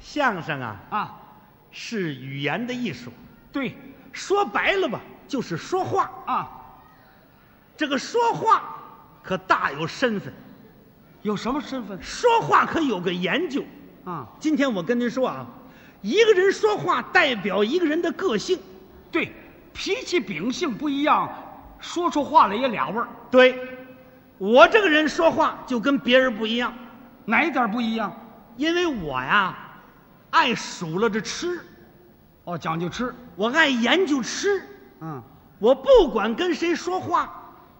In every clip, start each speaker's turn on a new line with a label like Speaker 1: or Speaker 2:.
Speaker 1: 相声啊，
Speaker 2: 啊，
Speaker 1: 是语言的艺术。
Speaker 2: 对，
Speaker 1: 说白了吧，就是说话。
Speaker 2: 啊，
Speaker 1: 这个说话可大有身份，
Speaker 2: 有什么身份？
Speaker 1: 说话可有个研究。
Speaker 2: 啊，
Speaker 1: 今天我跟您说啊，一个人说话代表一个人的个性。
Speaker 2: 对，脾气秉性不一样，说出话来也俩味儿，
Speaker 1: 对，我这个人说话就跟别人不一样，
Speaker 2: 哪一点儿不一样？
Speaker 1: 因为我呀，爱数落着吃，
Speaker 2: 哦，讲究吃。
Speaker 1: 我爱研究吃，
Speaker 2: 嗯，
Speaker 1: 我不管跟谁说话，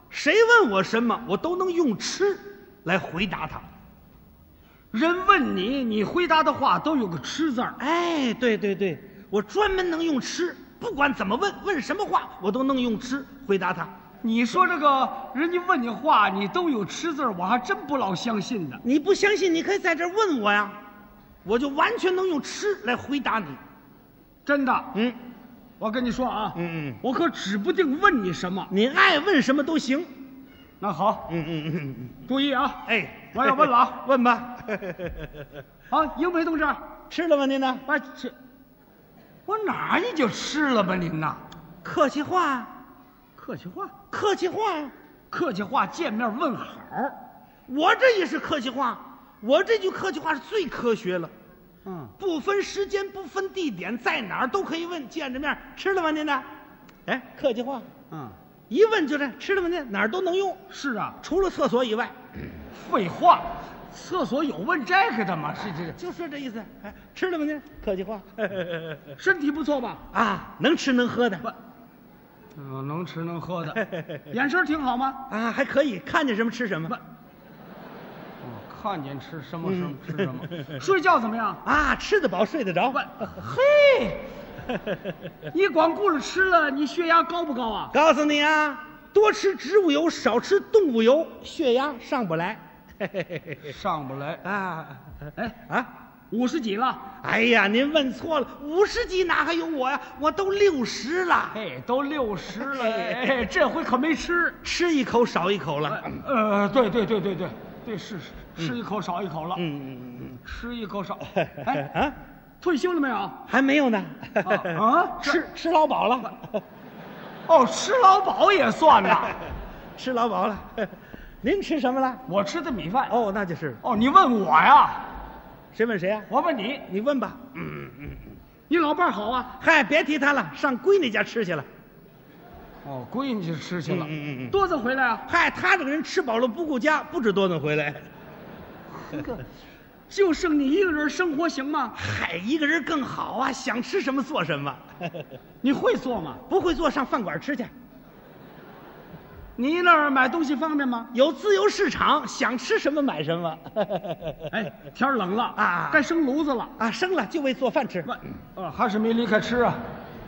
Speaker 1: 谁问我什么，我都能用吃来回答他。
Speaker 2: 人问你，你回答的话都有个“吃”字儿。
Speaker 1: 哎，对对对，我专门能用吃，不管怎么问，问什么话，我都能用吃回答他。
Speaker 2: 你说这个人家问你话，你都有“吃”字儿，我还真不老相信的。
Speaker 1: 你不相信，你可以在这儿问我呀，我就完全能用吃来回答你。
Speaker 2: 真的，
Speaker 1: 嗯
Speaker 2: 我跟你说啊，
Speaker 1: 嗯嗯，
Speaker 2: 我可指不定问你什么。
Speaker 1: 你爱问什么都行。
Speaker 2: 那好，
Speaker 1: 嗯嗯嗯嗯。
Speaker 2: 注意啊，
Speaker 1: 哎，
Speaker 2: 我要问了 啊，
Speaker 1: 问吧。
Speaker 2: 啊，英培同志，
Speaker 1: 吃了吗您呢？
Speaker 2: 我吃，我哪儿你就吃了吧您呐？
Speaker 1: 客气话，
Speaker 2: 客气话，
Speaker 1: 客气话，
Speaker 2: 客气话，见面问好。
Speaker 1: 我这也是客气话，我这句客气话是最科学了，
Speaker 2: 嗯，
Speaker 1: 不分时间，不分地点，在哪儿都可以问。见着面，吃了吗您呢？哎，客气话，
Speaker 2: 嗯，
Speaker 1: 一问就是吃了吗您，哪儿都能用，
Speaker 2: 是啊，
Speaker 1: 除了厕所以外，
Speaker 2: 废话，厕所有问这个的吗？是这
Speaker 1: 就说这意思。哎，吃了吗您？客气话
Speaker 2: 这，身体不错吧？
Speaker 1: 啊，能吃能喝的
Speaker 2: 不，嗯，能吃能喝的， 眼神挺好吗？
Speaker 1: 啊，还可以，看见什么吃什么
Speaker 2: 不，哦，看见吃什么什么
Speaker 1: 嗯
Speaker 2: 吃什么，睡觉怎么样？
Speaker 1: 啊，吃得饱睡得着。
Speaker 2: 嘿，你光顾着吃了，你血压高不高啊？
Speaker 1: 告诉你啊，多吃植物油，少吃动物油，血压上不来。
Speaker 2: 上不来。
Speaker 1: 啊
Speaker 2: 哎，
Speaker 1: 啊！
Speaker 2: 五十几了，
Speaker 1: 哎呀，您问错了，五十级哪还有我呀？我都六十了，
Speaker 2: 嘿，都六十了，哎，这回可没吃。
Speaker 1: 吃一口少一口了。
Speaker 2: 呃，对对对对对对，是是，吃一口少一口了，
Speaker 1: 嗯嗯
Speaker 2: 吃一 口少。
Speaker 1: 嗯嗯，
Speaker 2: 哎，
Speaker 1: 啊，
Speaker 2: 退休了没有？
Speaker 1: 还没有呢。
Speaker 2: 啊
Speaker 1: 吃吃老饱了，
Speaker 2: 哦，吃劳保也 算呐。
Speaker 1: 吃老饱了。您吃什么了？
Speaker 2: 我吃的米饭。
Speaker 1: 哦，那就是
Speaker 2: 哦，你问我呀？
Speaker 1: 谁问谁呀、
Speaker 2: 我问你，
Speaker 1: 你问吧。
Speaker 2: 你老伴儿好啊？
Speaker 1: 嗨，别提他了，上闺女家吃去了。
Speaker 2: 哦，闺女吃去
Speaker 1: 了嗯嗯嗯
Speaker 2: 多早回来啊？
Speaker 1: 嗨，他这个人吃饱了不顾家，不知多能回来。
Speaker 2: 就剩你一个人生活行吗？
Speaker 1: 嗨，一个人更好啊，想吃什么做什么。
Speaker 2: 你会做吗？
Speaker 1: 不会做，上饭馆吃去。
Speaker 2: 你那儿买东西方便吗？
Speaker 1: 有自由市场，想吃什么买什 么。
Speaker 2: 哎，天儿冷了
Speaker 1: 啊嗯
Speaker 2: 该生炉子了。
Speaker 1: 啊，生了就为做饭吃。
Speaker 2: 问，呃，还是没离开吃啊，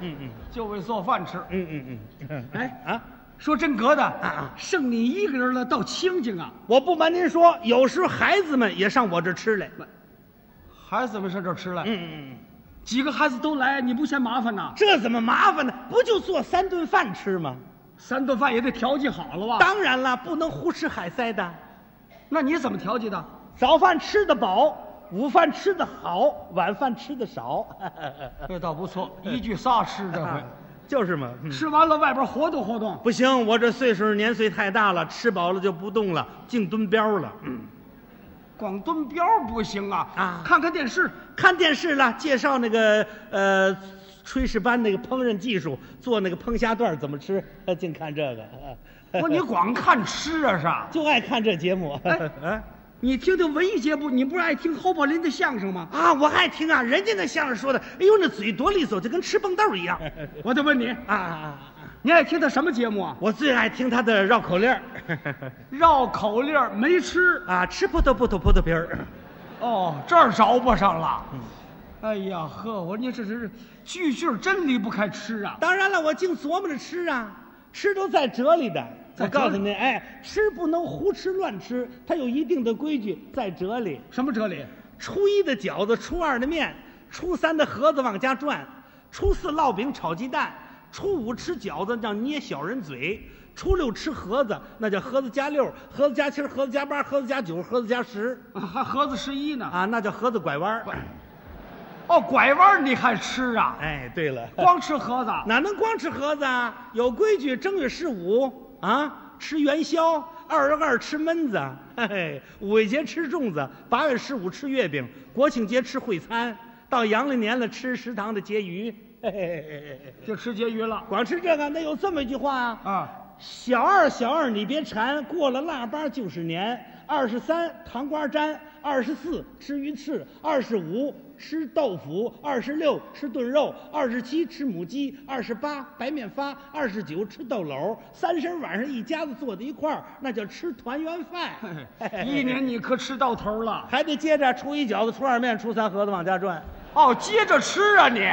Speaker 1: 嗯嗯
Speaker 2: 就为做饭吃。
Speaker 1: 嗯嗯嗯。
Speaker 2: 哎
Speaker 1: 啊，
Speaker 2: 说真格的，
Speaker 1: 啊
Speaker 2: 剩你一个人了，倒清静啊。
Speaker 1: 我不瞒您说，有时候孩子们也上我这吃来。
Speaker 2: 孩子们上这儿吃来，
Speaker 1: 嗯嗯嗯，
Speaker 2: 几个孩子都来，你不嫌麻烦呐？
Speaker 1: 这怎么麻烦呢？不就做三顿饭吃吗？
Speaker 2: 三顿饭也得调剂好了吧？
Speaker 1: 当然了，不能胡吃海塞的。
Speaker 2: 那你怎么调剂的？
Speaker 1: 早饭吃得饱，午饭吃得好，晚饭吃得少。 啊
Speaker 2: 这倒不错，一句仨吃这回。
Speaker 1: 就是嘛。嗯
Speaker 2: 啊吃完了外边活动活动，
Speaker 1: 不行，我这岁数年岁太大了，吃饱了就不动了，净蹲膘了。
Speaker 2: 光蹲膘不行啊！
Speaker 1: 啊
Speaker 2: 看看电 视，
Speaker 1: 看电视了，介绍那个呃炊事班那个烹饪技术，做那个烹虾段儿怎么吃，呃净看这
Speaker 2: 不
Speaker 1: 个。
Speaker 2: 是你光看吃啊是？
Speaker 1: 就爱看这节 目。
Speaker 2: 哎你听听文艺节目，你不是爱听侯宝林的相声吗？
Speaker 1: 啊，我爱听啊，人家那相声说的，哎呦，那嘴多利索，就跟吃蹦豆儿一样。
Speaker 2: 我得问你，
Speaker 1: 啊啊，啊啊
Speaker 2: 你爱听他什么节目啊？
Speaker 1: 我最爱听他的绕口令儿
Speaker 2: 绕口令儿没吃
Speaker 1: 啊，吃葡萄不吐葡萄皮儿。
Speaker 2: 哦，这儿着不上了。哎呀呵，我说你这是句句真离不开吃啊！
Speaker 1: 当然了，我净琢磨着吃啊，吃都在哲理的。
Speaker 2: 在
Speaker 1: 我
Speaker 2: 哲理
Speaker 1: 告诉您，哎，吃不能胡吃乱吃，它有一定的规矩，在哲理。
Speaker 2: 什么哲理？
Speaker 1: 初一的饺子，初二的面，初三的盒子往家转，初四烙饼炒鸡蛋，初五吃饺子叫捏小人嘴，初六吃盒子那叫盒子加六，盒子加七，盒子加八，盒子加九，盒子加十
Speaker 2: 啊还盒子十一呢？
Speaker 1: 啊，那叫盒子拐弯儿。
Speaker 2: 哦，拐弯你还吃啊？
Speaker 1: 哎，对了，
Speaker 2: 光吃盒子？
Speaker 1: 哪能光吃盒子啊？有规矩，正月十五啊吃元宵，二十二吃焖子，嘿嘿，五味节吃粽子，八月十五吃月饼，国庆节吃烩餐，到阳历年了吃食堂的结余。嘿嘿嘿嘿嘿
Speaker 2: 就吃结余了
Speaker 1: 光吃这个，那有这么一句话啊
Speaker 2: 啊？。
Speaker 1: 小二，小二，你别馋，过了腊八就是年。二十三糖瓜粘，二十四吃鱼翅，二十五吃豆腐，二十六吃炖肉，二十七吃母鸡，二十八白面发，二十九吃豆篓，三十晚上一家子坐在一块儿，那叫吃团圆饭
Speaker 2: 一年你可吃到头了。
Speaker 1: 还得接着初一饺子，初二面，初三盒子往家转。
Speaker 2: 哦，接着吃啊你，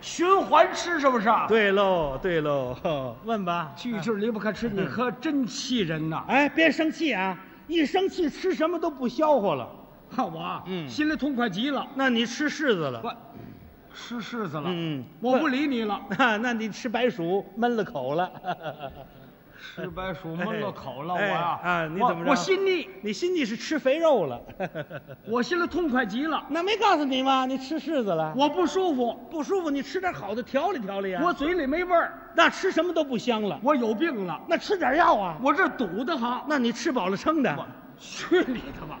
Speaker 2: 循环吃是不啊是？对，
Speaker 1: 对喽，对喽， 问吧。
Speaker 2: 去劲儿离不开吃，你可真气人呐！
Speaker 1: 哎，别生气啊！一生气吃什么都不消化了。
Speaker 2: 看我啊，
Speaker 1: 嗯
Speaker 2: 心里痛快极了。
Speaker 1: 那你吃柿子了？
Speaker 2: 我吃柿子了，
Speaker 1: 嗯
Speaker 2: 我不理你了。
Speaker 1: 那那你吃白薯闷了口了。
Speaker 2: 吃白薯闷了口了，我
Speaker 1: 哎
Speaker 2: 呀
Speaker 1: 啊，你
Speaker 2: 我
Speaker 1: 怎么着？
Speaker 2: 我心腻，
Speaker 1: 你心里是吃肥肉了。
Speaker 2: 我心里痛快极了。
Speaker 1: 那没告诉你吗？你吃柿子了，
Speaker 2: 我不舒服，
Speaker 1: 不舒服，你吃点好的调理调理啊。
Speaker 2: 我嘴里没味儿，
Speaker 1: 那吃什么都不香了，
Speaker 2: 我有病了，
Speaker 1: 那吃点药啊。
Speaker 2: 我这堵得慌。
Speaker 1: 那你吃饱了撑的，
Speaker 2: 我去你的吧！